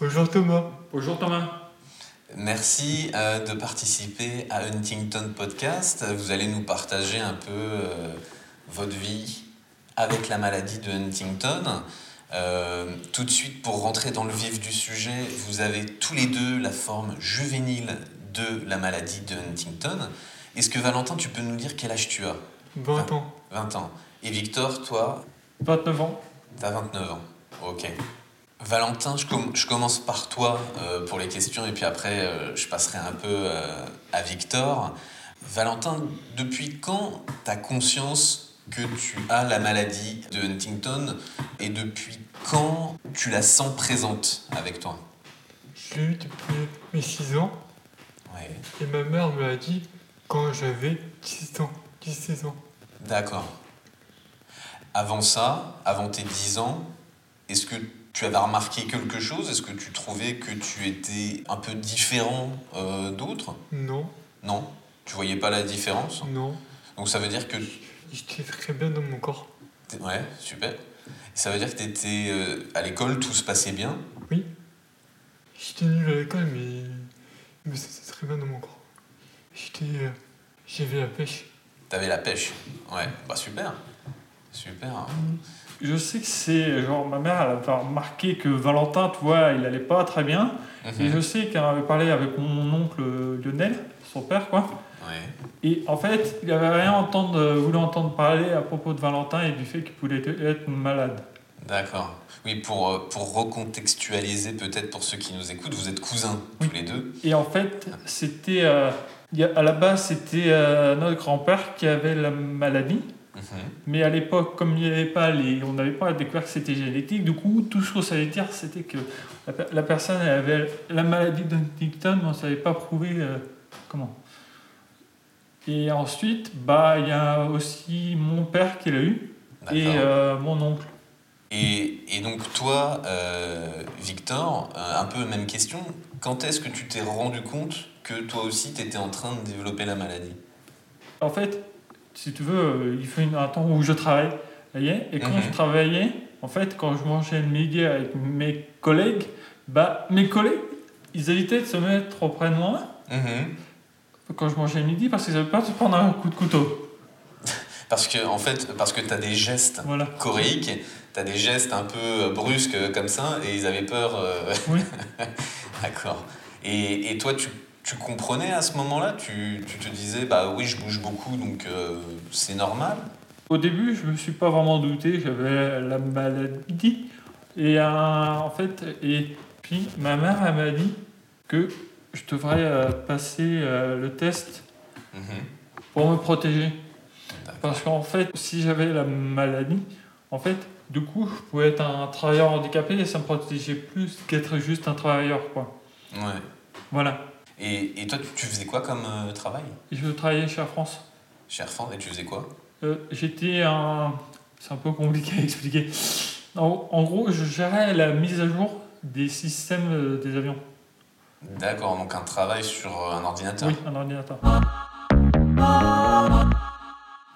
Bonjour Thomas. Bonjour Thomas. Merci euh, de participer à Huntington Podcast. Vous allez nous partager un peu euh, votre vie avec la maladie de Huntington. Euh, tout de suite, pour rentrer dans le vif du sujet, vous avez tous les deux la forme juvénile de la maladie de Huntington. Est-ce que Valentin, tu peux nous dire quel âge tu as 20 ans. 20 ans. Et Victor, toi, 29 ans. T'as 29 ans. Ok. Valentin, je, com- je commence par toi euh, pour les questions et puis après euh, je passerai un peu euh, à Victor. Valentin, depuis quand t'as conscience que tu as la maladie de Huntington et depuis quand tu la sens présente avec toi Je l'ai eu depuis mes 6 ans Ouais, et ma mère me l'a dit quand j'avais 10 ans. 16 ans. d'accord. Avant ça, avant tes 10 ans, est-ce que tu avais remarqué quelque chose Est-ce que tu trouvais que tu étais un peu différent euh, d'autres Non, Non Tu voyais pas la différence non. Donc ça veut dire que... J'étais très bien dans mon corps. t'es- Ouais, super. Ça veut dire que t'étais euh, à l'école, tout se passait bien. Oui. J'étais nul à l'école, mais, mais ça s'est très bien dans mon corps. J'étais. euh, J'avais la pêche. T'avais la pêche. Ouais, bah super. Super. hein. Je sais que c'est genre ma mère, elle avait remarqué que Valentin, tu vois, il allait pas très bien. Et Mhm. je sais qu'elle en avait parlé avec mon oncle euh, Lionel, son père, quoi. Ouais. Et en fait, il avait rien entendre, euh, voulu entendre parler à propos de Valentin et du fait qu'il pouvait être- être malade. D'accord. Oui, pour, euh, pour recontextualiser peut-être pour ceux qui nous écoutent, vous êtes cousins tous Oui. les deux. Et en fait, c'était. euh, il y a- à la base, c'était euh, notre grand-père qui avait la maladie. Mhm. Mais à l'époque, comme il n'y avait pas les, on n'avait pas découvert que c'était génétique, du coup, tout ce qu'on savait dire, c'était que la, per- la personne elle avait la maladie de Huntington, mais on ne savait pas prouver euh, comment. Et ensuite, bah, il y a aussi mon père qui l'a eu D'accord. et Et, euh, mon oncle. et donc toi, euh, Victor, euh, un peu même question, quand est-ce que tu t'es rendu compte que toi aussi t'étais en train de développer la maladie En fait, si tu veux, euh, il fait une- un temps où je travaille. voyez Et quand Mhm. je travaillais, en fait, quand je mangeais le midi avec mes collègues, bah, mes collègues, ils évitaient de se mettre auprès de moi. Mhm. quand je mangeais le midi parce qu'ils avaient peur de se prendre un coup de couteau. Parce que, en fait, parce que t'as des gestes Voilà. choréiques, t'as des gestes un peu euh, brusques euh, comme ça, et ils avaient peur. euh, Oui. D'accord. Et, et toi, tu, tu comprenais à ce moment-là tu, tu te disais, bah oui, je bouge beaucoup, donc euh, c'est normal Au début, je me suis pas vraiment douté, j'avais la maladie. Et euh, en fait, et puis ma mère elle m'a dit que je devrais euh, passer euh, le test Mhm. pour me protéger. D'accord. Parce qu'en fait, si j'avais la maladie, en fait, du coup, je pouvais être un travailleur handicapé et ça me protégeait plus qu'être juste un travailleur, quoi. Ouais. Voilà. Et, et toi, tu, tu faisais quoi comme euh, travail Et je travaillais chez Air France. chez Air France Et tu faisais quoi Euh, J'étais un. C'est un peu compliqué à expliquer. En, en gros, je gérais la mise à jour des systèmes euh, des avions. D'accord, donc un travail sur euh, un ordinateur. Oui, un ordinateur.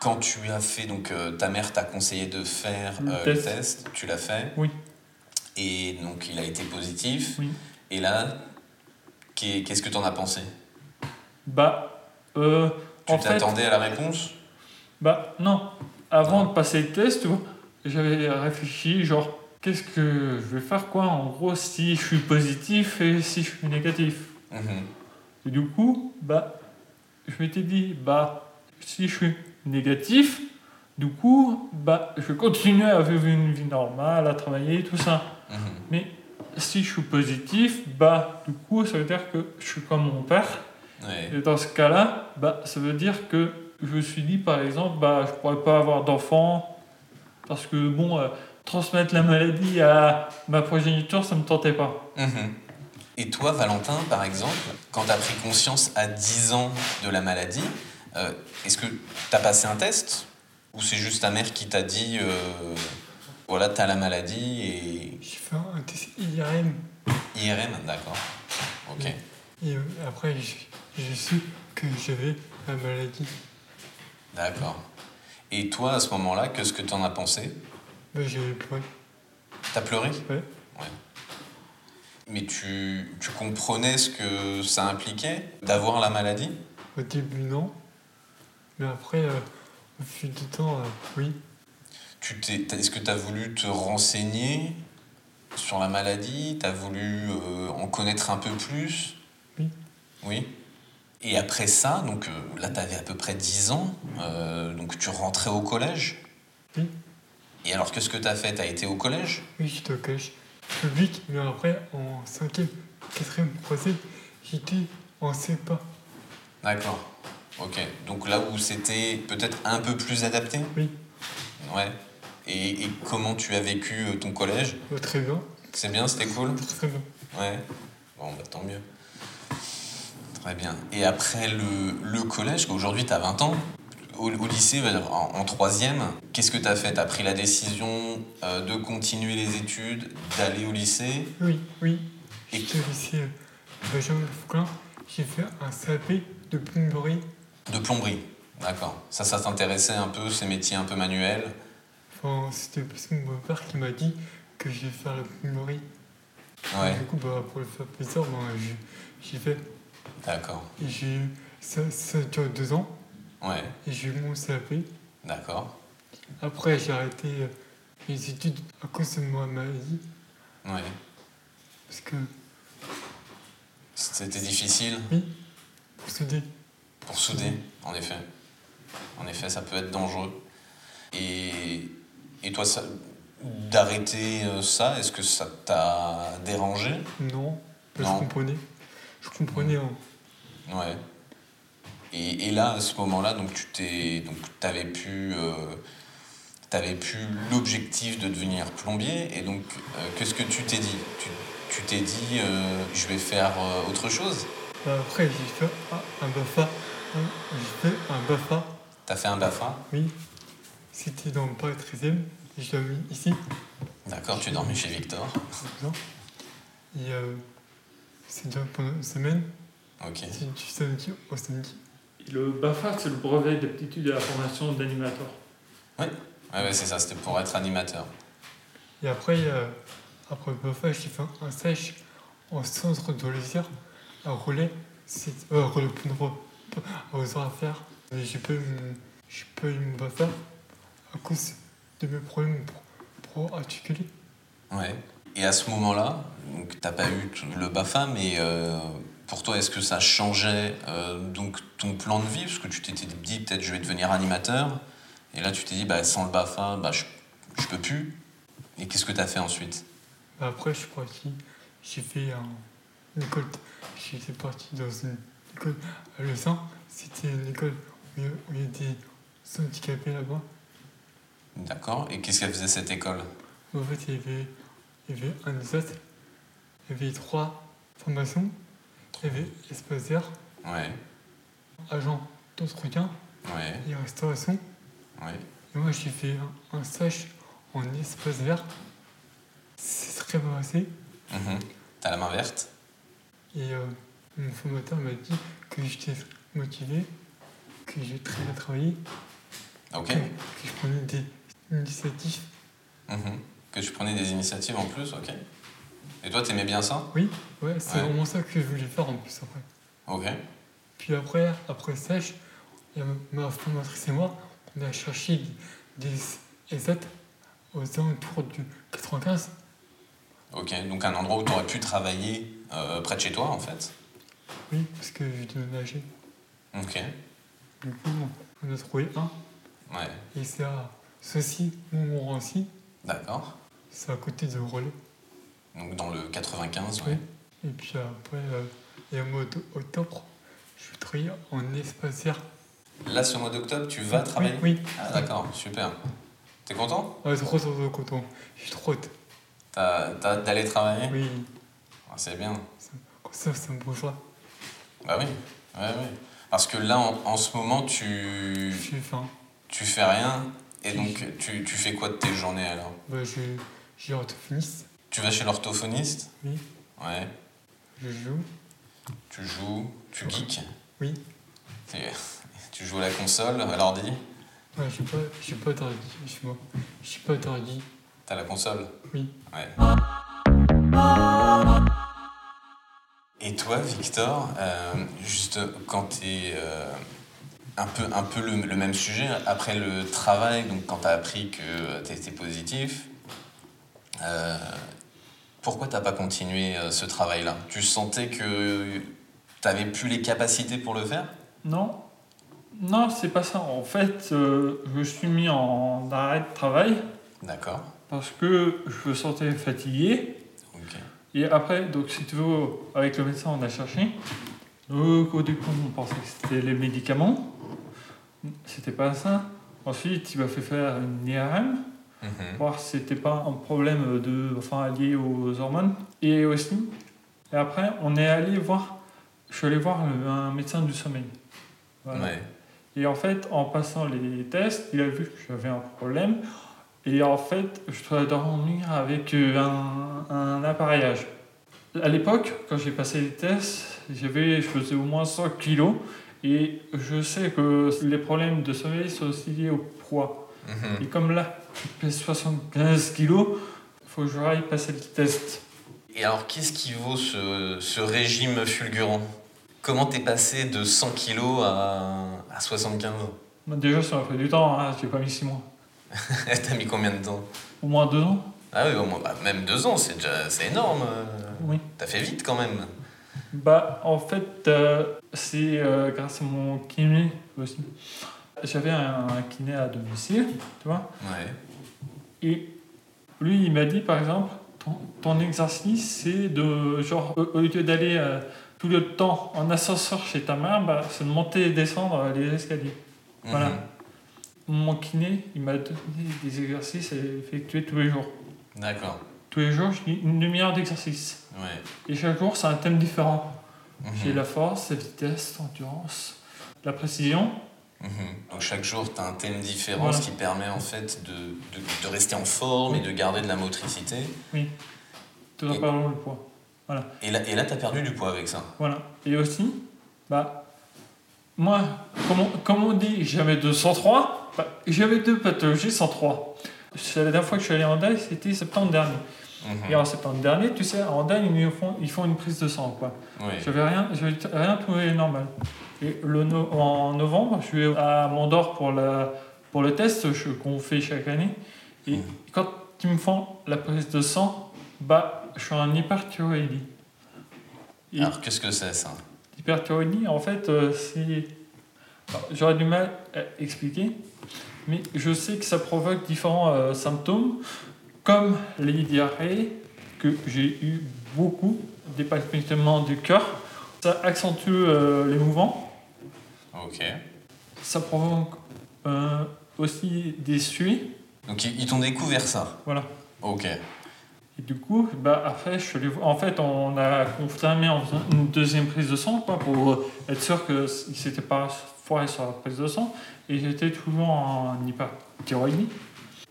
Quand tu as fait, donc euh, ta mère t'a conseillé de faire Le euh, le, test. test. tu l'as fait. Oui. Et donc il a été positif. Oui. Et là, qu'est- qu'est-ce que t'en as pensé Bah, euh, Tu en fait, t'attendais à la réponse bah non. Avant Non. de passer le test, tu vois, j'avais réfléchi, genre, qu'est-ce que je vais faire quoi en gros si je suis positif et si je suis négatif Mhm. Et du coup, bah, je m'étais dit, bah, si je suis négatif, du coup, bah, je vais continuer à vivre une vie normale, à travailler, tout ça. Mhm. Mais si je suis positif, bah, du coup, ça veut dire que je suis comme mon père. Ouais. Et dans ce cas-là, bah, ça veut dire que je me suis dit, par exemple, bah, je pourrais pas avoir d'enfant parce que, bon, euh, transmettre la maladie à ma progéniture, ça me tentait pas. Mhm. Et toi, Valentin, par exemple, quand tu as pris conscience à 10 ans de la maladie, euh, est-ce que tu as passé un test Ou c'est juste ta mère qui t'a dit euh, voilà, tu as la maladie J'ai fait un test IRM et IRM D'accord. Ok. et euh, après j'ai j'ai su que j'avais la maladie. D'accord. Et toi, à ce moment-là, qu'est-ce que tu en as pensé Mais Ben, j'avais pleuré. T'as pleuré Ouais. Mais tu, tu comprenais ce que ça impliquait d'avoir la maladie Au début non, mais après euh, au fil du temps euh, oui. Tu t'es- t'as- Est-ce que tu as voulu te renseigner sur la maladie Tu as voulu euh, en connaître un peu plus Oui. Oui. Et après ça, donc euh, là, tu avais à peu près 10 ans, euh, donc tu rentrais au collège Oui. Et alors, qu'est-ce que tu as fait Tu as été au collège Oui, j'étais au collège public, mais après en cinquième, quatrième, troisième, j'étais en CEPA. D'accord. Ok. Donc là où c'était peut-être un peu plus adapté Oui, Ouais. Et, et comment tu as vécu euh, ton collège euh, très bien, C'est bien, c'était cool très très bien. Ouais. Bon, bah tant mieux. Très bien. Et après le, le collège, aujourd'hui tu as 20 ans, au, au lycée, en, en troisième, qu'est-ce que tu as fait Tu as pris la décision euh, de continuer les études, d'aller au lycée Oui, oui. Et- J'étais au lycée euh, Benjamin Foucault, j'ai fait un CAP de plomberie. de plomberie. D'accord. Ça, ça t'intéressait un peu, ces métiers un peu manuels Enfin, c'était parce que mon père qui m'a dit que je vais faire la plomberie. Ah Ouais. Du coup, bah, pour le faire plaisir, bah, je- j'ai fait. D'accord. Et j'ai eu. Ça, ça dure deux ans. Ouais. Et j'ai eu mon CAP. D'accord. Après, j'ai arrêté euh, les études à cause de ma maladie. Ouais. Parce que, C'était difficile oui, pour souder. Pour souder, en effet. En effet, ça peut être dangereux. Et, et toi, ça- d'arrêter euh, ça, est-ce que ça t'a dérangé Non, mais Non. je comprenais. Je comprenais. hein. Ouais. Et, et là, à ce moment-là, donc tu t'es, donc t'avais pu, euh, t'avais pu l'objectif de devenir plombier. Et donc, euh, qu'est-ce que tu t'es dit tu, tu t'es dit, euh, je vais faire euh, autre chose. Bah, après, j'ai fait ah, un, un BAFA. hein, J'ai fait un BAFA, T'as fait un bafa. oui. C'était dans le Paris 13 e Je l'ai mis ici. D'accord, tu dormais chez Victor. Bien. Et euh, c'est déjà pendant une semaine, Ok. c'est du samedi au samedi. Et le BAFA, c'est le brevet d'aptitude à la formation d'animateur. Ah Ouais, ouais, c'est ça, c'était pour être animateur. Et après, euh, après le buffet, j'ai fait un stage en centre de loisirs à Relais, c'est euh, Relais Poudre, à Osor à faire. Mais j'ai pas eu mon, j'ai pas eu mon buffet à cause de mes problèmes pro, pro articulés. Ouais. Et à ce moment-là, donc t'as pas eu tout le BAFA, mais euh, pour toi, est-ce que ça changeait euh, donc ton plan de vie Parce que tu t'étais dit peut-être je vais devenir animateur, et là tu t'es dit bah sans le BAFA, bah je, je peux plus. Et qu'est-ce que t'as fait ensuite Mais après, je suis parti, j'ai fait un, une école, j'étais parti dans une école à Lausanne, c'était une école où il y a- où il y a des handicapés là-bas. D'accord. Et qu'est-ce qu'elle faisait cette école En fait, il y avait, il y avait un autre, il y avait trois formations, il y avait espace vert, Ouais, agent d'entretien ouais, et restauration. ouais. Et moi, j'ai fait un, un stage en espace vert. C'est très bien passé. Mhm. T'as la main verte Et euh, mon formateur m'a dit que j'étais motivé, que j'ai très bien travaillé, Ok. que, que je prenais des initiatives. Mhm. Que tu prenais des initiatives en plus, ok. Et toi, t'aimais bien ça Oui, ouais, c'est Ouais. vraiment ça que je voulais faire en plus après. Ok. Puis après, après ça, je- il y a ma formatrice et moi, on a cherché des- des ESAT aux alentours du 80 75. Ok, donc un endroit où tu aurais pu travailler euh, près de chez toi, en fait. Oui, parce que j'ai déménagé. Ok, Du coup, on a trouvé un. ouais, Et c'est à ceci, Montmorency. d'accord. C'est à côté de Relais. Donc dans le 95, ouais. Et puis après, euh, et au mois d'octobre, je suis travaillé en espacière. Là, ce mois d'octobre, tu vas travailler Oui, oui. Ah, d'accord, super. T'es content Ah, trop sur le coton. Je suis trop hâte. T'as t'as hâte d'aller travailler Oui, Ah, C'est bien. comme ça, ça me bougera. Bah oui, ouais, ouais. Parce que là, en, en ce moment, tu, J'ai faim. tu fais rien. Et donc, tu, tu fais quoi de tes journées alors Bah, je- j'ai hâte de finir. Tu vas chez l'orthophoniste Oui, Ouais. je joue. Tu joues, tu geeks, Oui. t'es- tu joues à la console, à l'ordi. Ouais, je suis pas, je suis pas tardi, je moi. Je suis pas tardi. T'as la console Oui. Ouais. Et toi, Victor, euh, juste quand t'es euh, un peu, un peu le, le même sujet, après le travail, donc quand t'as appris que t'étais positif, euh, pourquoi t'as pas continué euh, ce travail-là Tu sentais que t'avais plus les capacités pour le faire Non. Non, c'est pas ça. En fait, euh, je me suis mis en arrêt de travail D'accord. parce que je me sentais fatigué. Ok. Et après, donc, si tu veux, avec le médecin, on a cherché. Donc, au début, on pensait que c'était les médicaments. C'était pas ça. Ensuite, il m'a fait faire une IRM. Mhm. voir si c'était pas un problème de, enfin, lié aux hormones et aussi. Et après, on est allé voir, je suis allé voir le- un médecin du sommeil. Voilà. Ouais. Et en fait, en passant les tests, il a vu que j'avais un problème. Et en fait, je dois dormir avec euh, un, un appareillage. À l'époque, quand j'ai passé les tests, j'avais, je faisais au moins 100 kilos. Et je sais que les problèmes de sommeil sont aussi liés au poids. Mhm. Et comme là, je pèse 75 kilos, faut que je aille passer le test. Et alors, qu'est-ce qui vaut ce, ce régime fulgurant Comment t'es passé de 100 kilos à, à 75 Bah, Déjà, ça m'a fait du temps, hein, j'ai pas mis 6 mois. T'as mis combien de temps Au moins 2 ans Ah oui, au moins, bah, même deux ans, c'est déjà c'est énorme. euh, Oui. T'as fait vite quand même. Bah, en fait, euh, c'est euh, grâce à mon kiné aussi. J'avais un, kiné à domicile, tu vois. Ouais. Et lui, il m'a dit, par exemple, ton, ton exercice, c'est de genre, au, au lieu d'aller euh, tout le temps en ascenseur chez ta mère, bah, c'est de monter et descendre les escaliers. Voilà. Mhm. Mon kiné, il m'a donné des exercices à effectuer tous les jours. D'accord. Tous les jours, je dis une demi-heure d'exercice. Ouais. Et chaque jour, c'est un thème différent. Mhm. J'ai la force, la vitesse, l'endurance, la précision. Mhm. Donc chaque jour, t'as un thème différent, Voilà. ce qui permet en fait de, de- de rester en forme et de garder de la motricité. Tout en Et- parlant le poids. Et là, et là t'as perdu du poids avec ça. Voilà. Et aussi, bah, moi, comme on, comme on dit, j'avais 203, bah, j'avais deux pathologies 103. C'est La dernière fois que je suis allé en Dail, c'était septembre dernier. Mhm. Et en septembre dernier, tu sais, en Dail, ils nous font, ils font une prise de sang, quoi. Oui. J'avais rien, j'avais t- rien trouvé normal. Et le no- en novembre, je suis à Mondor pour, la, pour le test je- qu'on fait chaque année. Et Mhm. quand ils me font la prise de sang, bah, je suis en hyperthyroïdie. Et Alors, qu'est-ce que c'est ça l'hyperthyroïdie, en fait, euh, c'est. Alors, J'aurais du mal à expliquer, mais je sais que ça provoque différents euh, symptômes, comme les diarrhées, que j'ai eu beaucoup, des palpitations du cœur. Ça accentue euh, les mouvements. Ok. Ça provoque euh, aussi des suies. Donc, ils ils t'ont découvert ça. Voilà. Ok. Et du coup, bah, après, je suis allé voir- En fait, on a confirmé en faisant une deuxième prise de sang, quoi, pour euh, être sûr qu'il ne s'était pas foiré sur la prise de sang. Et j'étais toujours en hyperthyroïdie.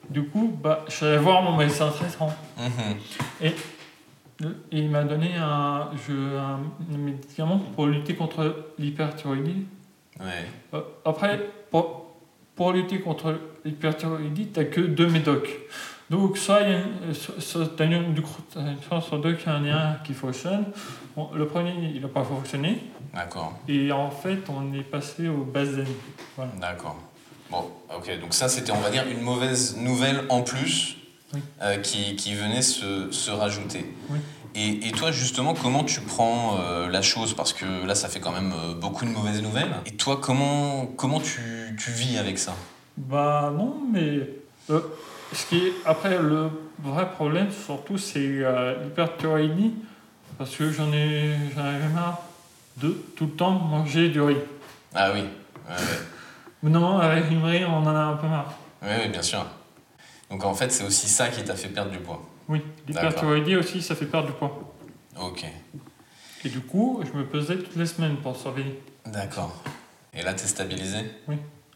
Du coup, bah, je suis allé voir mon médecin traitant. Mhm. Et il m'a donné un, je- un médicament pour lutter contre l'hyperthyroïdie. Ouais. Euh, après, pour, pour lutter contre l'hyperthyroïdie, t'as que deux médocs. Donc, soit il y a une- so- so- t'as une- du coup, t'as une chance sur deux qu'il y en ait un qui fonctionne. Bon, le premier, il n'a pas fonctionné. D'accord, Et en fait, on est passé au bazen. d'accord. Bon, ok, donc ça c'était on va dire une mauvaise nouvelle en plus Oui. euh, qui, qui venaient se, se rajouter. Oui. Et, et toi, justement, comment tu prends euh, la chose Parce que là, ça fait quand même euh, beaucoup de mauvaises nouvelles. Et toi, comment, comment tu, tu vis avec ça Bah non, mais euh, ce qui est- après le vrai problème surtout c'est euh, l'hyperthyroïdie parce que j'en ai j'en avais marre de tout le temps manger du riz. Ah oui, ouais, ouais. Maintenant avec le riz on en a un peu marre. Ouais, ouais, bien sûr. Donc en fait, c'est aussi ça qui t'a fait perdre du poids. Oui, l'hyperthyroïdie aussi ça fait perdre du poids. Ok, Et du coup je me pesais toutes les semaines pour surveiller. d'accord. Et là, t'es stabilisé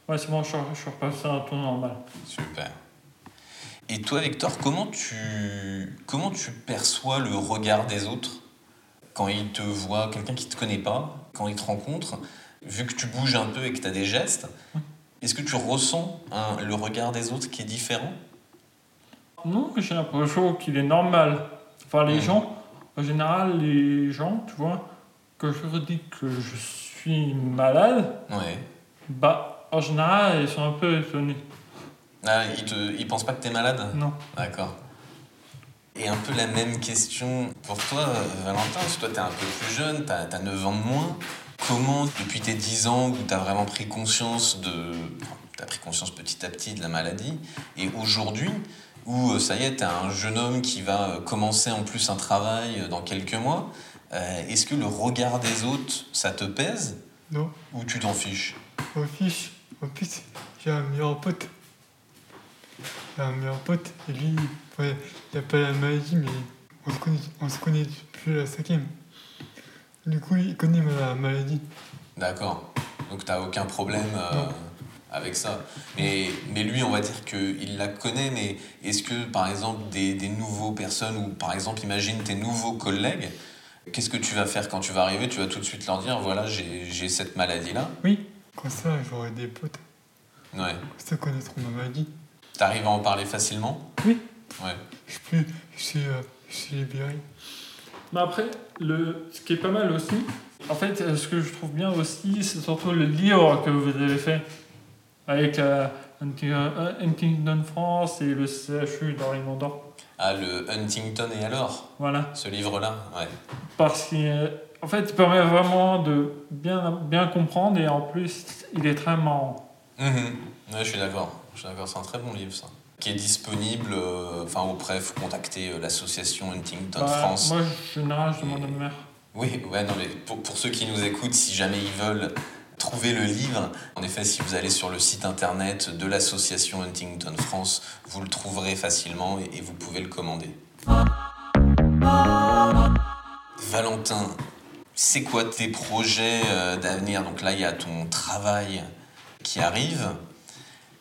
Ouais c'est bon je suis je suis repassé à un ton normal. Super. Et toi, Victor, comment tu, comment tu perçois le regard des autres quand ils te voient, quelqu'un qui ne te connaît pas, quand ils te rencontrent Vu que tu bouges un peu et que tu as des gestes, est-ce que tu ressens un- le regard des autres qui est différent Non, j'ai l'impression qu'il est normal. Enfin, les Mm. gens, en général, les gens, tu vois, que je leur dis que je suis malade, Ouais. bah, en général, ils sont un peu étonnés. Ah, ils ne ils pensent pas que tu es malade Non. D'accord. Et un peu la même question pour toi, euh, Valentin, parce que toi, tu es un peu plus jeune, tu as, 9 ans de moins. Comment, depuis tes 10 ans, où tu as vraiment pris conscience de... Tu pris conscience petit à petit de la maladie, et aujourd'hui, où euh, ça y est, tu un jeune homme qui va euh, commencer en plus un travail euh, dans quelques mois, euh, est-ce que le regard des autres, ça te pèse Non, ou tu t'en fiches on fiche. En plus, j'ai un meilleur pote. J'ai un meilleur pote. Et lui, ouais, il a pas la maladie, mais on se connaît, on se connaît depuis la cinquième. Du coup, il connaît ma maladie. D'accord. Donc t'as aucun problème euh, Non. avec ça. Mais, mais lui, on va dire qu'il la connaît, mais est-ce que, par exemple, des, des nouveaux personnes, ou par exemple, imagine tes nouveaux collègues, qu'est-ce que tu vas faire quand tu vas arriver Tu vas tout de suite leur dire, voilà, j'ai j'ai cette maladie-là. Oui, Comme ça, j'aurai des potes Ouais. qui se connaîtront ma maladie. T'arrives à en parler facilement Oui. Ouais. Je suis, je suis, euh, je suis libéré. mais après, le, ce qui est pas mal aussi, en fait, euh, ce que je trouve bien aussi, c'est surtout le livre que vous avez fait avec euh, Hunting- euh, Huntington France et le CHU dans les Monts d'Or. Ah, le Huntington et alors Voilà. Ce livre-là Ouais. Parce que, euh, en fait, il permet vraiment de bien, bien comprendre et en plus, il est très marrant. Mhm. Ouais, je suis d'accord. Je suis d'accord, c'est un très bon livre, ça. Qui est disponible, euh, enfin, auprès, faut contacter euh, l'association Huntington Bah, France. Moi, je général, je demande à ma mère. Oui, ouais, non, mais pour, pour ceux qui nous écoutent, si jamais ils veulent trouver le livre, en effet, si vous allez sur le site internet de l'association Huntington France, vous le trouverez facilement et, et vous pouvez le commander. Valentin, c'est quoi tes projets euh, d'avenir Donc là, il y a ton travail qui arrive.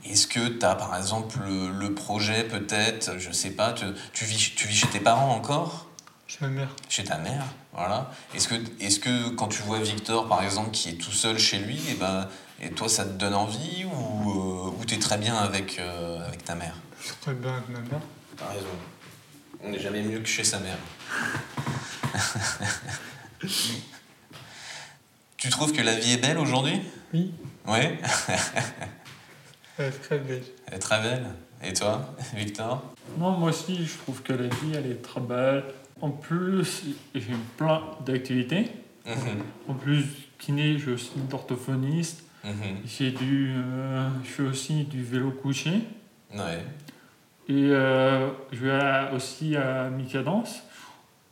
Est-ce que tu as par exemple le, le projet peut-être, je sais pas, te- tu vis- tu vis chez tes parents encore Chez ma mère. chez ta mère, voilà. Est-ce que, est-ce que quand tu vois Victor, par exemple, qui est tout seul chez lui, et, ben, et toi, ça te donne envie ou, euh, ou t'es très bien avec, euh, avec ta mère Je serai bien avec ma mère. T'as raison. On n'est jamais mieux que chez sa mère. tu trouves que la vie est belle aujourd'hui Oui, Ouais, elle est très belle. elle est très belle. Et toi, Victor Non, moi aussi, je trouve que la vie, elle est très belle. En plus, j'ai plein d'activités. Mhm, En plus, du kiné, je suis orthophoniste. mhm. J'ai du, euh, je fais aussi du vélo couché. Ouais, Et euh, je vais à- aussi à Mika Dance,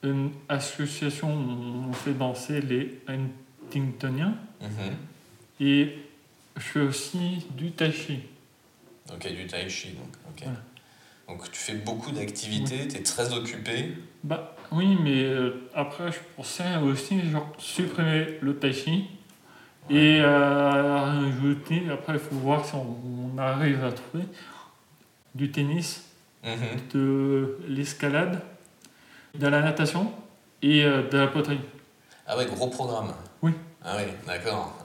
une association où on fait danser les Huntingtoniens. mhm. Et je fais aussi du tai chi. Ok, du tai chi, donc. ok. Voilà. Donc tu fais beaucoup d'activités, tu es très occupé. Bah oui, mais euh, après, je pensais aussi genre, supprimer le tai chi et euh, ajouter, après, il faut voir si on, on arrive à trouver du tennis, Mhm. de l'escalade, de la natation et euh, de la poterie. Ah ouais, gros programme. Oui. Ah oui, d'accord.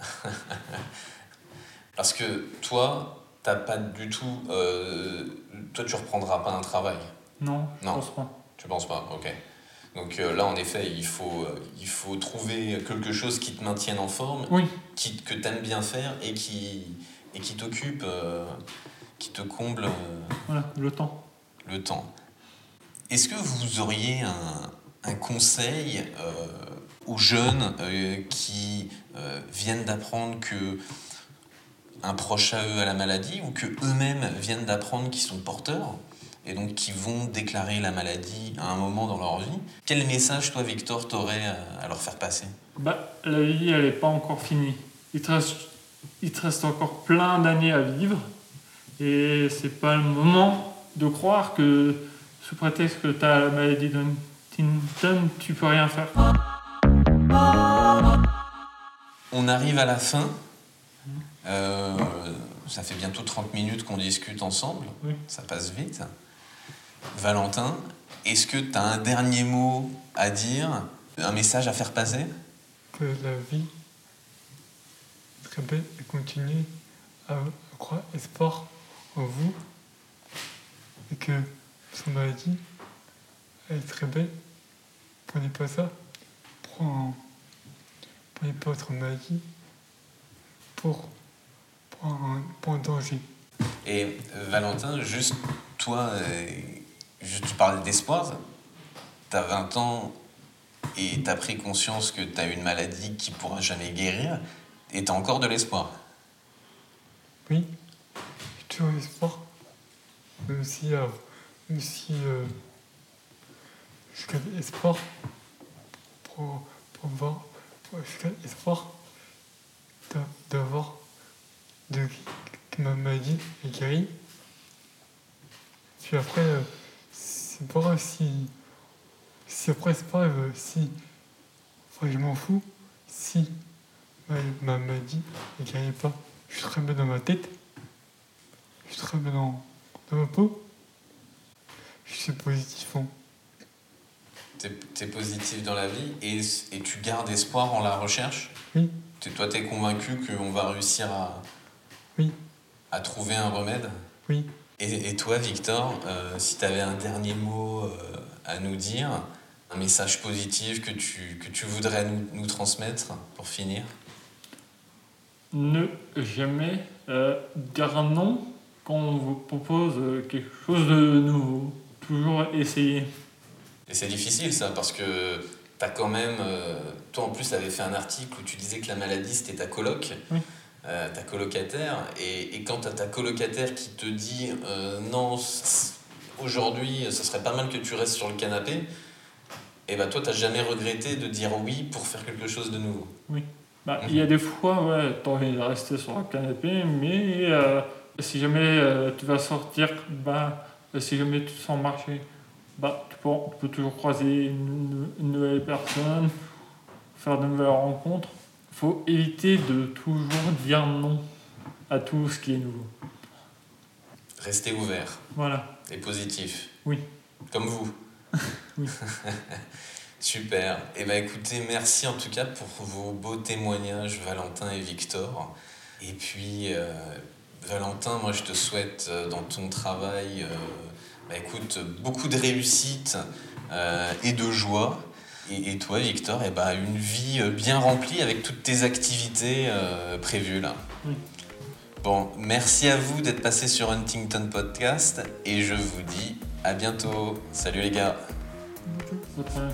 Parce que toi, t'as pas du tout. euh, toi, tu reprendras pas un travail. Non, je Non. pense pas. Tu penses pas Ok. Donc euh, là, en effet, il faut, euh, il faut trouver quelque chose qui te maintienne en forme, Oui, qui, que t'aimes bien faire et qui, et qui t'occupe, euh, qui te comble euh, voilà, le temps. le temps. Est-ce que vous auriez un, un conseil euh, aux jeunes euh, qui euh, viennent d'apprendre que un proche à eux a la maladie ou que eux-mêmes viennent d'apprendre qu'ils sont porteurs et donc qui vont déclarer la maladie à un moment dans leur vie Quel message, toi, Victor, t'aurais à- à leur faire passer Bah, la vie, elle n'est pas encore finie. Il te reste, il te reste encore plein d'années à vivre. Et c'est pas le moment de croire que, sous prétexte que tu as la maladie de Huntington, tu peux rien faire. On arrive à la fin. Euh, ça fait bientôt 30 minutes qu'on discute ensemble. Oui. Ça passe vite. Valentin, est-ce que tu as un dernier mot à dire Un message à faire passer que la vie est très belle et continuez à croire espoir en vous et que votre maladie elle est très belle. Prenez pas ça, Prends- prenez pas votre maladie pour, pour, un, pour un danger. Et euh, Valentin, juste toi, euh, juste, tu parlais d'espoir. Tu as 20 ans et tu as pris conscience que tu as une maladie qui pourra jamais guérir et tu as encore de l'espoir. Oui, j'ai toujours espoir. Même si, euh, même si euh, je garde espoir pour, pour voir, pour- je garde espoir d'a- d'avoir de, que ma maladie est guérie. Puis après, euh, c'est pas grave si, si après c'est pas grave euh, si, enfin, je m'en fous si ma, ma maladie est guérie ou pas. Je suis très bien dans ma tête. Je suis très bien dans, dans ma peau. Je suis positif. hein. T'es es positif dans la vie et, et tu gardes espoir en la recherche Oui. T'es- Toi, t'es convaincu qu'on va réussir à, Oui. à trouver un remède Oui. Et, et toi, Victor, euh, si t'avais un dernier mot euh, à nous dire, un message positif que tu, que tu voudrais nous, nous transmettre pour finir Ne jamais euh, dire non quand on vous propose euh, quelque chose de nouveau. Toujours essayer. Et c'est difficile ça, parce que t'as quand même. euh, toi en plus, t'avais fait un article où tu disais que la maladie c'était ta coloc, Oui. euh, ta colocataire, et, et quand t'as ta colocataire qui te dit euh, non, c- aujourd'hui, ce serait pas mal que tu restes sur le canapé, et bah toi t'as jamais regretté de dire oui pour faire quelque chose de nouveau. Bah, Il y a des fois, ouais, t'as envie de rester sur le canapé, mais euh, si jamais euh, tu vas sortir, bah, si jamais tu sens marcher, bah, tu, peux, tu peux toujours croiser une, une nouvelle personne, faire de nouvelles rencontres. faut éviter de toujours dire non à tout ce qui est nouveau. Rester ouvert Voilà. et positif. Oui. Comme vous. Oui. Super. Et ben écoutez, merci en tout cas pour vos beaux témoignages, Valentin et Victor. Et puis, euh, Valentin, moi je te souhaite euh, dans ton travail, euh, bah, écoute, beaucoup de réussite euh, et de joie. Et, et toi, Victor, et ben une vie euh, bien remplie avec toutes tes activités euh, prévues là. Oui. Bon, merci à vous d'être passé sur Huntington Podcast et je vous dis à bientôt. Salut les gars. Pas de problème.